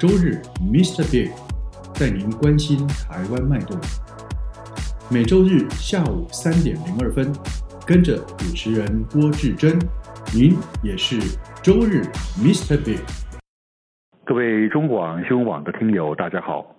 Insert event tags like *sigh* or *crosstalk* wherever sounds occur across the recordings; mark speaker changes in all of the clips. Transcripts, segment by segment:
Speaker 1: 周日，Mr. Big 带您关心台湾脉动。每周日下午三点零二分，跟着主持人郭志珍，您也是周日 Mr. Big。
Speaker 2: 各位中广新闻网的听友，大家好，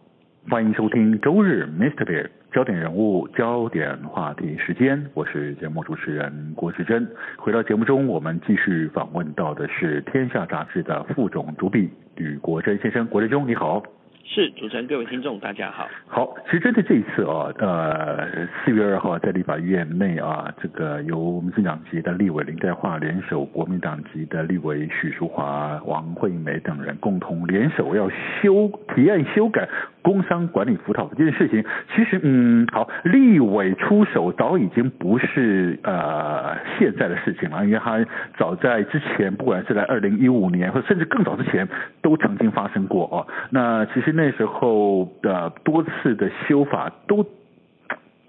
Speaker 2: 欢迎收听周日 Mr. Big 焦点人物、焦点话题时间，我是节目主持人郭志珍。回到节目中，我们继续访问到的是《天下》杂志的副总主笔吕国珍先生，国珍兄你好。
Speaker 3: 是主持人，各位听众，大家好。
Speaker 2: 好，其实真的这一次啊，呃，四月二号在立法院内啊，这个由民进党籍的立委林黛华联手国民党籍的立委许淑华、王惠美等人共同联手要修提案修改工商管理辅导这件事情，其实嗯，好，立委出手早已经不是呃现在的事情啊了，因为他早在之前，不管是在二零一五年或甚至更早之前，都曾经发生过啊。那其实。其实那时候的多次的修法都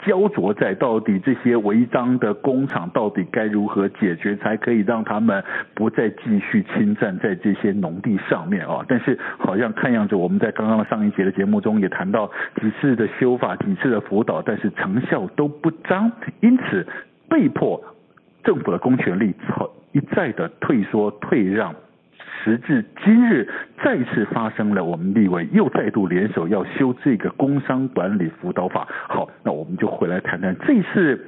Speaker 2: 焦灼在到底这些违章的工厂到底该如何解决，才可以让他们不再继续侵占在这些农地上面啊、哦？但是好像看样子我们在刚刚上一节的节目中也谈到几次的修法、几次的辅导，但是成效都不彰，因此被迫政府的公权力一再的退缩、退让。时至今日，再次发生了，我们立委又再度联手要修这个工商管理辅导法。好，那我们就回来谈谈这次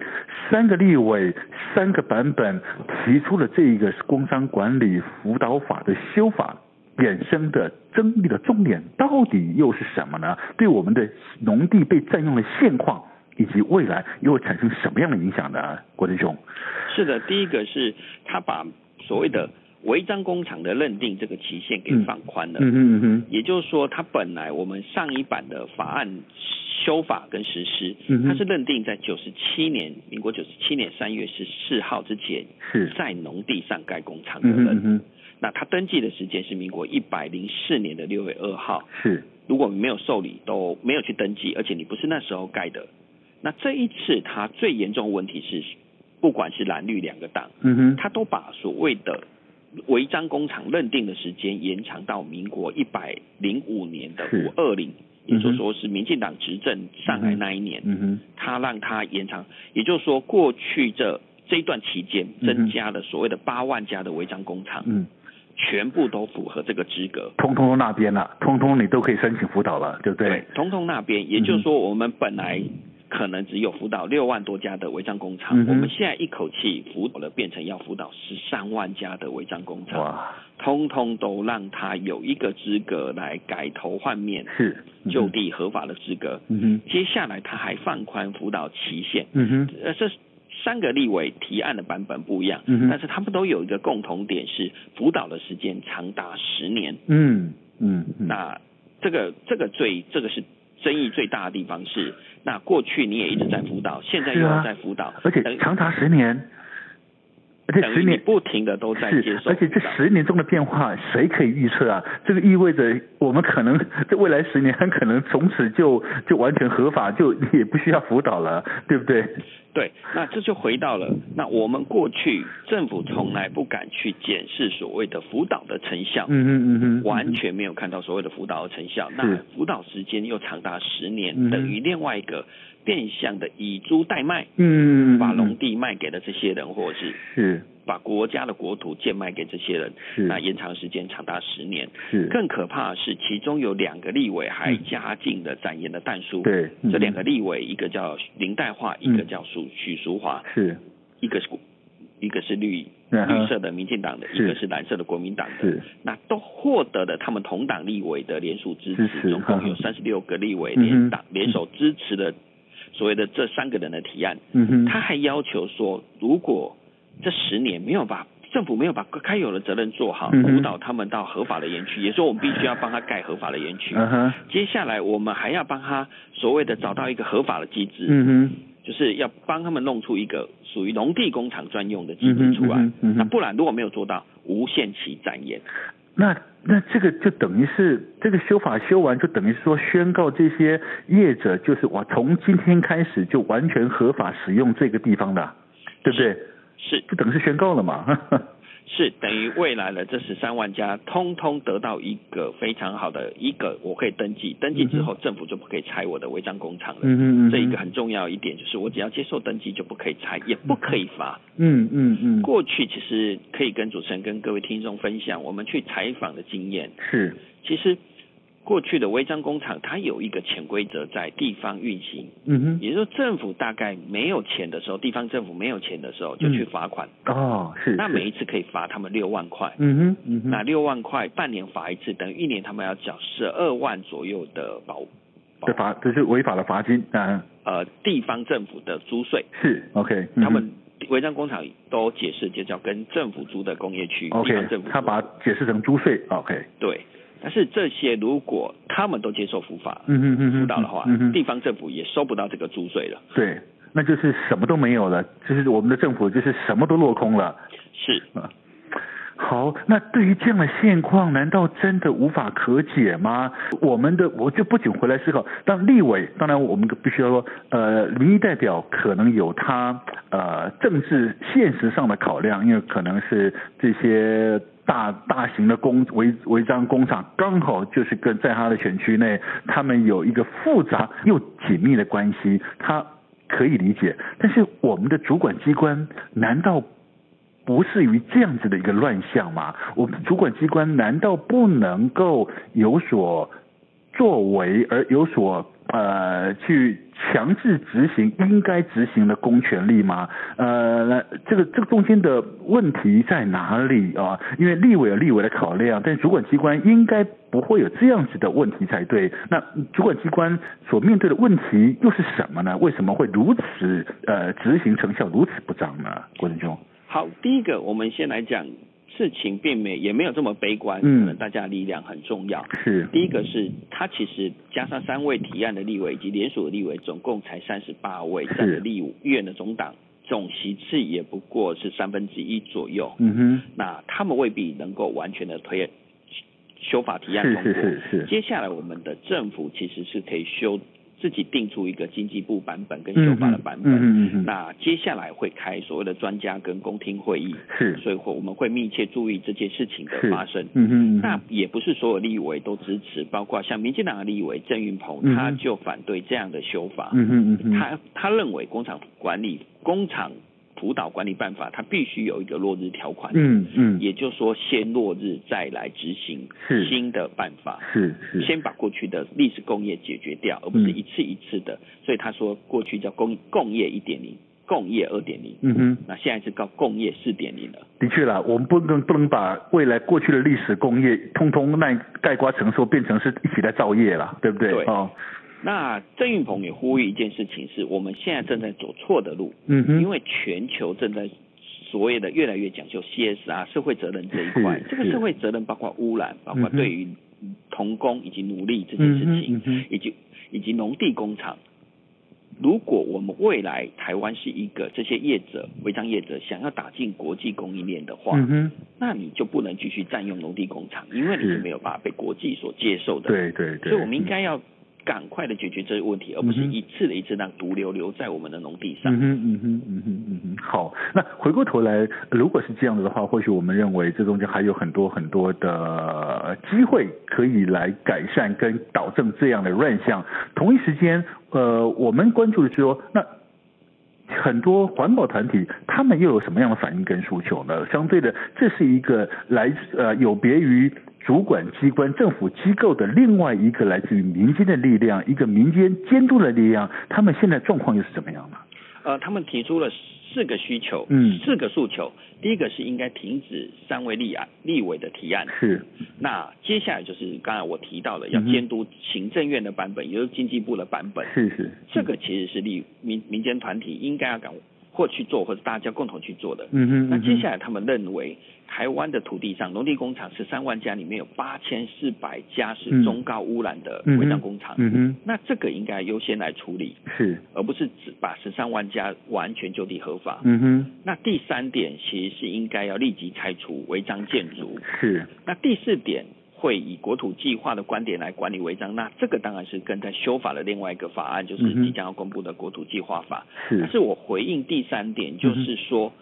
Speaker 2: 三个立委三个版本提出了这个工商管理辅导法的修法衍生的争议的重点到底又是什么呢？对我们的农地被占用的现况。以及未来又会产生什么样的影响呢？国珍兄，
Speaker 3: 是的，第一个是他把所谓的。违章工厂的认定这个期限给放宽了，
Speaker 2: 嗯嗯嗯，
Speaker 3: 也就是说，它本来我们上一版的法案修法跟实施，
Speaker 2: 嗯哼
Speaker 3: 它是认定在九十七年，民国九十七年三月十四号之前，
Speaker 2: 是
Speaker 3: 在农地上盖工厂的
Speaker 2: 嗯
Speaker 3: 人，
Speaker 2: 哼嗯哼，
Speaker 3: 那他登记的时间是民国一百零四年的六月二号，
Speaker 2: 是
Speaker 3: 如果你没有受理都没有去登记，而且你不是那时候盖的，那这一次它最严重的问题是，不管是蓝绿两个党。
Speaker 2: 嗯哼，
Speaker 3: 他都把所谓的违章工厂认定的时间延长到民国一百零五年的
Speaker 2: 是
Speaker 3: 五二零，也就是说是民进党执政上来那一年，
Speaker 2: 嗯哼，
Speaker 3: 他让他延长，也就是说过去这这一段期间
Speaker 2: 嗯哼
Speaker 3: 增加了所谓的八万家的违章工厂，
Speaker 2: 嗯，
Speaker 3: 全部都符合这个资格。
Speaker 2: 通通都那边了，通通你都可以申请辅导了，对不嗯对？，
Speaker 3: 统统那边，也就是说，我们本来可能只有辅导六万多家的违章工厂，
Speaker 2: 嗯哼
Speaker 3: 我们现在一口气辅导了变成要辅导十三万家的违章工厂。
Speaker 2: 哇，
Speaker 3: 通通都让他有一个资格来改头换面，
Speaker 2: 是嗯哼
Speaker 3: 就地合法的资格。
Speaker 2: 嗯哼，
Speaker 3: 接下来他还放宽辅导期限，
Speaker 2: 嗯哼，
Speaker 3: 呃，这三个立委提案的版本不一样，
Speaker 2: 嗯哼
Speaker 3: 但是他们都有一个共同点是辅导的时间长达十年。
Speaker 2: 嗯嗯，嗯
Speaker 3: 那这个这个最这个是争议最大的地方是，那过去你也一直在辅导，现在
Speaker 2: 是
Speaker 3: 又
Speaker 2: 啊
Speaker 3: 在辅导，
Speaker 2: 而且
Speaker 3: 等于
Speaker 2: 长达十年，而且
Speaker 3: 等
Speaker 2: 十
Speaker 3: 于你
Speaker 2: 年
Speaker 3: 不停的都在接
Speaker 2: 是，
Speaker 3: 受
Speaker 2: 而且
Speaker 3: 辅
Speaker 2: 这
Speaker 3: 导。
Speaker 2: 十年中的变化，谁可以预测啊？这个意味着我们可能 *laughs* 这未来十年很可能从此就就完全合法，就也不需要辅导了，对不对？
Speaker 3: 对，那这就回到了，那我们过去政府从来不敢去检视所谓的辅导的成效，
Speaker 2: 嗯嗯嗯嗯，
Speaker 3: 完全没有看到所谓的辅导的成效。那
Speaker 2: 是
Speaker 3: 辅导时间又长达十年，
Speaker 2: 嗯哼
Speaker 3: 等于另外一个变相的以租代卖，
Speaker 2: 嗯，嗯嗯嗯，
Speaker 3: 把农地卖给了这些人，或者是
Speaker 2: 是
Speaker 3: 把国家的国土贱卖给这些人，
Speaker 2: 是
Speaker 3: 那延长时间长达十年。
Speaker 2: 是，嗯
Speaker 3: 更可怕的是，其中有两个立委还加进了展言的弹书。
Speaker 2: 对嗯
Speaker 3: 这两个立委，一个叫林黛华，一个叫苏许淑华。
Speaker 2: 是
Speaker 3: 一个是国一个是绿
Speaker 2: 嗯哼
Speaker 3: 绿色的民进党的，
Speaker 2: 是
Speaker 3: 一个是蓝色的国民党的
Speaker 2: 是，
Speaker 3: 那都获得了他们同党立委的联署支
Speaker 2: 支
Speaker 3: 持，
Speaker 2: 持
Speaker 3: 总共有三十六个立委
Speaker 2: 嗯哼
Speaker 3: 联党
Speaker 2: 嗯
Speaker 3: 联手支持了所谓的这三个人的提案。
Speaker 2: 嗯哼，
Speaker 3: 他还要求说，如果这十年没有把政府没有把该有的责任做好，
Speaker 2: 嗯哼
Speaker 3: 辅导他们到合法的园区，也说我们必须要帮他盖合法的园区。
Speaker 2: 嗯哼，
Speaker 3: 接下来我们还要帮他所谓的找到一个合法的机制，
Speaker 2: 嗯哼，
Speaker 3: 就是要帮他们弄出一个属于农地工厂专用的机
Speaker 2: 嗯
Speaker 3: 制
Speaker 2: 哼，
Speaker 3: 出来。
Speaker 2: 嗯哼嗯
Speaker 3: 那
Speaker 2: 哼
Speaker 3: 不然如果没有做到，无限期展延。
Speaker 2: 那那这个就等于是这个修法修完，就等于说宣告这些业者就是我从今天开始就完全合法使用这个地方的，对不对？
Speaker 3: 是
Speaker 2: 就等于是宣告了嘛。
Speaker 3: 是等于未来的这十三万家，通通得到一个非常好的一个，我可以登记，登记之
Speaker 2: 嗯
Speaker 3: 后政府就不可以拆我的违章工厂了。
Speaker 2: *laughs* 嗯嗯嗯，
Speaker 3: 这一个很重要一点就是，我只要接受登记就不可以拆，也不可以罚。
Speaker 2: 嗯嗯嗯，
Speaker 3: 过去其实可以跟主持人、跟各位听众分享我们去采访的经验。
Speaker 2: 是
Speaker 3: 其实过去的违章工厂它有一个潜规则在地方运行，
Speaker 2: 嗯
Speaker 3: 也就是说政府大概没有钱的时候，地方政府没有钱的时候就去罚款，
Speaker 2: 哼，哦是，
Speaker 3: 那
Speaker 2: 是
Speaker 3: 每一次可以罚他们六万块。
Speaker 2: 嗯哼嗯哼，
Speaker 3: 那六万块半年罚一次，等于一年他们要缴十二万左右的保保
Speaker 2: 这罚这是违法的罚金啊，
Speaker 3: 呃地方政府的租税，
Speaker 2: 是 OK，嗯哼
Speaker 3: 他们违章工厂都解释就叫跟政府租的工业区，地方
Speaker 2: OK，
Speaker 3: 政府
Speaker 2: 他
Speaker 3: 租
Speaker 2: 把它解释成租税 OK，
Speaker 3: 对，但是这些如果他们都接受伏法
Speaker 2: 嗯哼嗯哼，
Speaker 3: 辅导的话
Speaker 2: 嗯，哼
Speaker 3: 地方政府也收不到这个租税了。
Speaker 2: 对，那就是什么都没有了，就是我们的政府就是什么都落空了。
Speaker 3: 是，
Speaker 2: 好，那对于这样的现况，难道真的无法可解吗？我们的我就不仅回来思考，当立委，当然我们必须要说，呃，民意代表可能有他呃政治现实上的考量，因为可能是这些。大大型的工违违章工厂刚好就是跟在他的选区内，他们有一个复杂又紧密的关系，他可以理解。但是我们的主管机关难道不是于这样子的一个乱象吗？我们主管机关难道不能够有所作为，而有所呃去强制执行应该执行的公权力吗？呃，那这个这个中间的问题在哪里啊？因为立委有立委的考量，但主管机关应该不会有这样子的问题才对。那主管机关所面对的问题又是什么呢？为什么会如此呃执行成效如此不彰呢？郭振兄。
Speaker 3: 好，第一个我们先来讲事情，并没也没有这么悲观，
Speaker 2: 嗯
Speaker 3: 可能大家力量很重要。
Speaker 2: 是，
Speaker 3: 第一个是他其实加上三位提案的立委以及联署的立委，总共才三十八位，
Speaker 2: 是
Speaker 3: 占了立院的总党总席次也不过是三分之一左右。
Speaker 2: 嗯
Speaker 3: 那他们未必能够完全的推修法提
Speaker 2: 哼，
Speaker 3: 案
Speaker 2: 是
Speaker 3: 通过。
Speaker 2: 是是是，
Speaker 3: 接下来我们的政府其实是可以修自己定出一个经济部版本跟
Speaker 2: 嗯
Speaker 3: 修法的
Speaker 2: 嗯
Speaker 3: 版本。
Speaker 2: 嗯嗯嗯，
Speaker 3: 那接下来会开所谓的专家跟公听会议，
Speaker 2: 是，
Speaker 3: 所以会我们会密切注意这件事情
Speaker 2: 是
Speaker 3: 的发生。
Speaker 2: 嗯哼，嗯哼
Speaker 3: 那也不是所有立委都支持，包括像民进党的立委郑运鹏，
Speaker 2: 嗯哼
Speaker 3: 他就反对这样的修法。
Speaker 2: 嗯哼嗯哼，
Speaker 3: 他他认为工厂管理工厂辅导管理办法，它必须有一个落日条款，
Speaker 2: 嗯嗯
Speaker 3: 也就是说先落日再来执行
Speaker 2: 是
Speaker 3: 新的办法。
Speaker 2: 是是，
Speaker 3: 先把过去的历史工业解决掉，而不是
Speaker 2: 嗯
Speaker 3: 一次一次的。所以他说过去叫工工业一点零，工业二点零，
Speaker 2: 嗯哼，
Speaker 3: 那现在是搞工业四点零了。
Speaker 2: 的确啦，我们不能不能把未来过去的历史工业通通那盖瓜承受，变成是一起在造业啦，对不对？
Speaker 3: 对
Speaker 2: 哦，
Speaker 3: 那郑运鹏也呼吁一件事情是，我们现在正在走错的路，
Speaker 2: 嗯哼，
Speaker 3: 因为全球正在所谓的越来越讲究 CSR 社会责任这一块
Speaker 2: 是，
Speaker 3: 这个
Speaker 2: 是
Speaker 3: 社会责任包括污染，包括
Speaker 2: 嗯哼
Speaker 3: 对于童工以及奴隶这件
Speaker 2: 嗯
Speaker 3: 事
Speaker 2: 哼
Speaker 3: 情，
Speaker 2: 嗯哼，
Speaker 3: 以及以及农地工厂。如果我们未来台湾是一个这些业者、违章业者想要打进国际供应链的话，
Speaker 2: 嗯哼，
Speaker 3: 那你就不能继续占用农地工厂，因为你
Speaker 2: 是
Speaker 3: 是没有办法被国际所接受的。
Speaker 2: 对对对，嗯
Speaker 3: 所以我们应该要赶快的解决这个问题，而不是一次的一次让毒瘤留在我们的农地上。
Speaker 2: 嗯哼，嗯哼，嗯哼，嗯哼，好。那回过头来，如果是这样子的话，或许我们认为这中间还有很多很多的呃机会可以来改善跟导正这样的乱象。同一时间，呃，我们关注的是说，那很多环保团体，他们又有什么样的反应跟诉求呢？相对的，这是一个来自呃有别于主管机关、政府机构的另外一个来自于民间的力量，一个民间监督的力量，他们现在状况又是怎么样呢？
Speaker 3: 呃，他们提出了四个需求，
Speaker 2: 嗯
Speaker 3: 四个诉求。第一个是应该停止三位立案立委的提案，
Speaker 2: 是，
Speaker 3: 那接下来就是刚才我提到了要
Speaker 2: 嗯哼
Speaker 3: 监督行政院的版本，也就是经济部的版本，
Speaker 2: 是是，
Speaker 3: 这个其实是立民民间团体应该要赶或去做，或者大家共同去做的。
Speaker 2: 嗯哼，
Speaker 3: 那接下
Speaker 2: 来，
Speaker 3: 来他们认为，台湾的土地上农地工厂十三万家里面有八千四百家
Speaker 2: 嗯
Speaker 3: 是中高污染的
Speaker 2: 嗯哼
Speaker 3: 违章工厂，
Speaker 2: 嗯
Speaker 3: 那这个应该优先来处理，
Speaker 2: 哼，是，
Speaker 3: 而不啊是只把十三万家完全就地合法。
Speaker 2: 嗯哼，
Speaker 3: 那第三点其实是应该要立即拆除违章建筑。
Speaker 2: 是，
Speaker 3: 那第四点会以国土计划的观点来管理违章，那这个当然是跟在修法的另外一个法案，就是
Speaker 2: 嗯哼
Speaker 3: 即将要公布的国土计划法。但
Speaker 2: 是，
Speaker 3: 是我回应第三点，就
Speaker 2: 嗯哼
Speaker 3: 是说，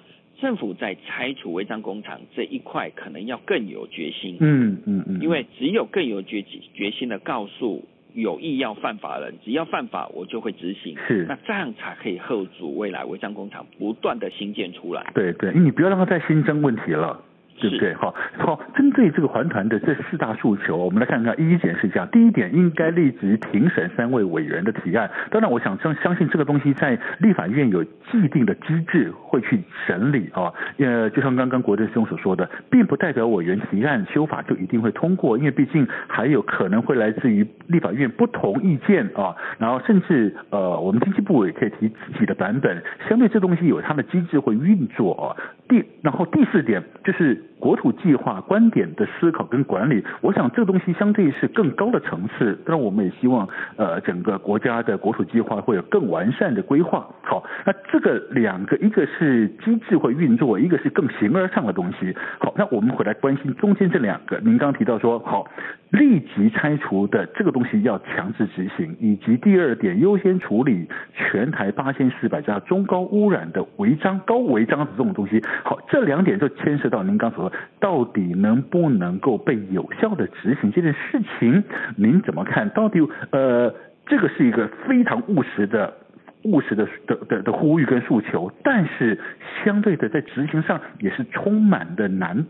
Speaker 3: 政府在拆除违章工厂这一块，可能要更有决心，
Speaker 2: 嗯嗯嗯，
Speaker 3: 因为只有更有决决心的告诉有意要犯法的人，只要犯法我就会执行，
Speaker 2: 是
Speaker 3: 那这样才可以后阻未来违章工厂不断的新建出来。
Speaker 2: 对对，你不要让它再新增问题了。对不
Speaker 3: 是
Speaker 2: 对？好，好，针对这个环团的这四大诉求，我们来看看一一点是这样。第一点，应该立即庭审三位委员的提案。当然，我想相相信这个东西在立法院有既定的机制会去审理啊。呃，就像刚刚国政兄所说的，并不代表委员提案修法就一定会通过，因为毕竟还有可能会来自于立法院不同意见啊。然后甚至呃，我们经济部也可以提自己的版本，相对这东西有它的机制会运作啊。第，然后第四点就是国土计划观点的思考跟管理，我想这个东西相对是更高的层次。当然，我们也希望呃整个国家的国土计划会有更完善的规划。好，那这个两个，一个是机制会运作，一个是更形而上的东西。好，那我们回来关心中间这两个，您刚刚提到说，好，立即拆除的这个东西要强制执行，以及第二点，优先处理全台八千四百家中高污染的违章、高违章的这种东西。好，这两点就牵涉到您刚所说，到底能不能够被有效的执行这件事情，您怎么看？到底呃，这个是一个非常务实的。务实的的的的呼吁跟诉求，但是相对的在执行上也是充满的难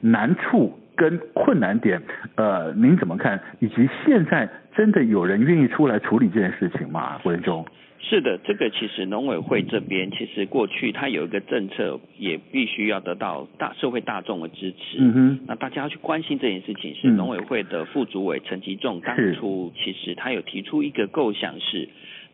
Speaker 2: 难处跟困难点，呃，您怎么看？以及现在真的有人愿意出来处理这件事情吗？文忠，
Speaker 3: 是的，这个其实农委会这边其实过去它有一个政策，也必须要得到大社会大众的支持。
Speaker 2: 嗯哼，
Speaker 3: 那大家要去关心这件事情，是
Speaker 2: 嗯
Speaker 3: 农委会的副主委陈吉仲当
Speaker 2: 是
Speaker 3: 初其实他有提出一个构想是。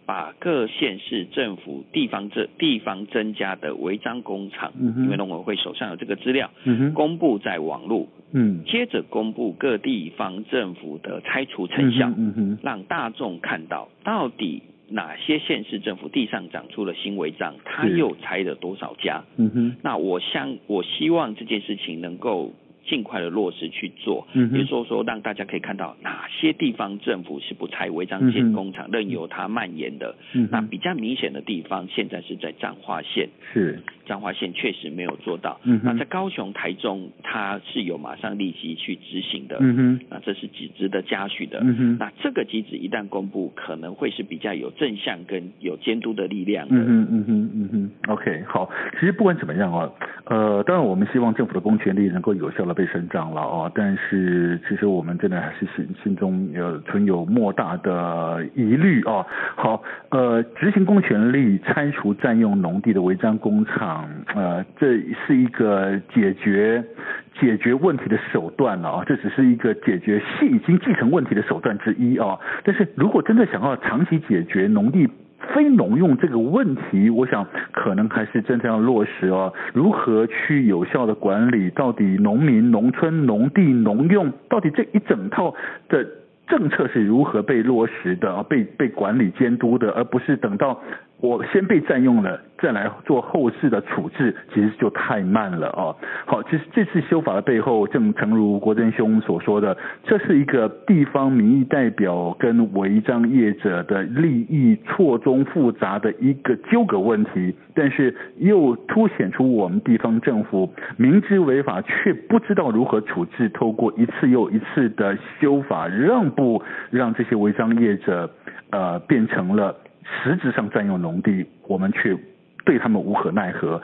Speaker 3: 把各县市政府、地方这地方增加的违章工厂，
Speaker 2: 嗯哼
Speaker 3: 因为农委会手上有这个资料，
Speaker 2: 嗯哼，
Speaker 3: 公布在网络，
Speaker 2: 嗯，
Speaker 3: 接着公布各地方政府的拆除成效，
Speaker 2: 嗯哼，
Speaker 3: 让大众看到到底哪些县市政府地上长出了新违章，他
Speaker 2: 是
Speaker 3: 又拆了多少家。
Speaker 2: 嗯哼，
Speaker 3: 那我相我希望这件事情能够尽快的落实去做，
Speaker 2: 嗯
Speaker 3: 也
Speaker 2: 哼，
Speaker 3: 就是说说让大家可以看到哪些地方政府是不拆违章
Speaker 2: 嗯
Speaker 3: 建
Speaker 2: 哼
Speaker 3: 工厂，任由它蔓延的。
Speaker 2: 嗯
Speaker 3: 那
Speaker 2: 哼，
Speaker 3: 比较明显的地方，现在是在彰化县，
Speaker 2: 是，
Speaker 3: 彰化县确实没有做到。
Speaker 2: 嗯
Speaker 3: 那在
Speaker 2: 哼，
Speaker 3: 高雄、台中，它是有马上立即去执行的，
Speaker 2: 嗯哼，
Speaker 3: 那这是几值得嘉许的。
Speaker 2: 嗯哼，
Speaker 3: 那这个机制一旦公布，可能会是比较有正向跟有监督的力量的。
Speaker 2: 嗯哼嗯哼嗯哼，OK，好。其实不管怎么样啊，呃，当然我们希望政府的公权力能够有效的被伸张了啊，但是其实我们真的还是心心中有存有莫大的疑虑啊。好，呃，执行公权力拆除占用农地的违章工厂，呃，这是一个解决解决问题的手段了啊，这只是一个解决系已经继承问题的手段之一啊。但是如果真的想要长期解决农地非农用这个问题，我想可能还是真正要落实哦。如何去有效的管理？到底农民、农村、农地、农用，到底这一整套的政策是如何被落实的？啊被被管理监督的，而不是等到我先被占用了，再来做后续的处置，其实就太慢了哦。好，其实这次修法的背后，正诚如国珍兄所说的，这是一个地方民意代表跟违章业者的利益错综复杂的一个纠葛问题，但是又凸显出我们地方政府明知违法却不知道如何处置，透过一次又一次的修法让步，让这些违章业者呃变成了实质上占用农地，我们却对他们无可奈何。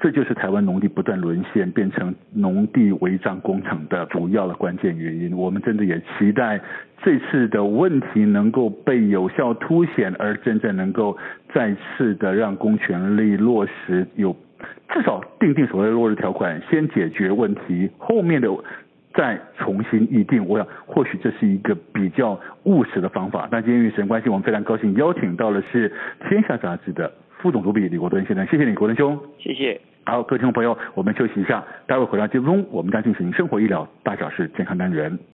Speaker 2: 这就是台湾农地不断沦陷，变成农地违章工厂的主要的关键原因。我们真的也期待这次的问题能够被有效凸显，而真正能够再次的让公权力落实有。至少定定所谓的落日条款，先解决问题，后面的再重新议定。我想，或许这是一个比较务实的方法。那今天与神关系，我们非常高兴邀请到的是《天下》杂志的副总主笔李国敦先生，谢谢李国敦兄。
Speaker 3: 谢谢。
Speaker 2: 好，各位听众朋友，我们休息一下，待会回到节目中，我们将进行生活医疗大小事健康单元。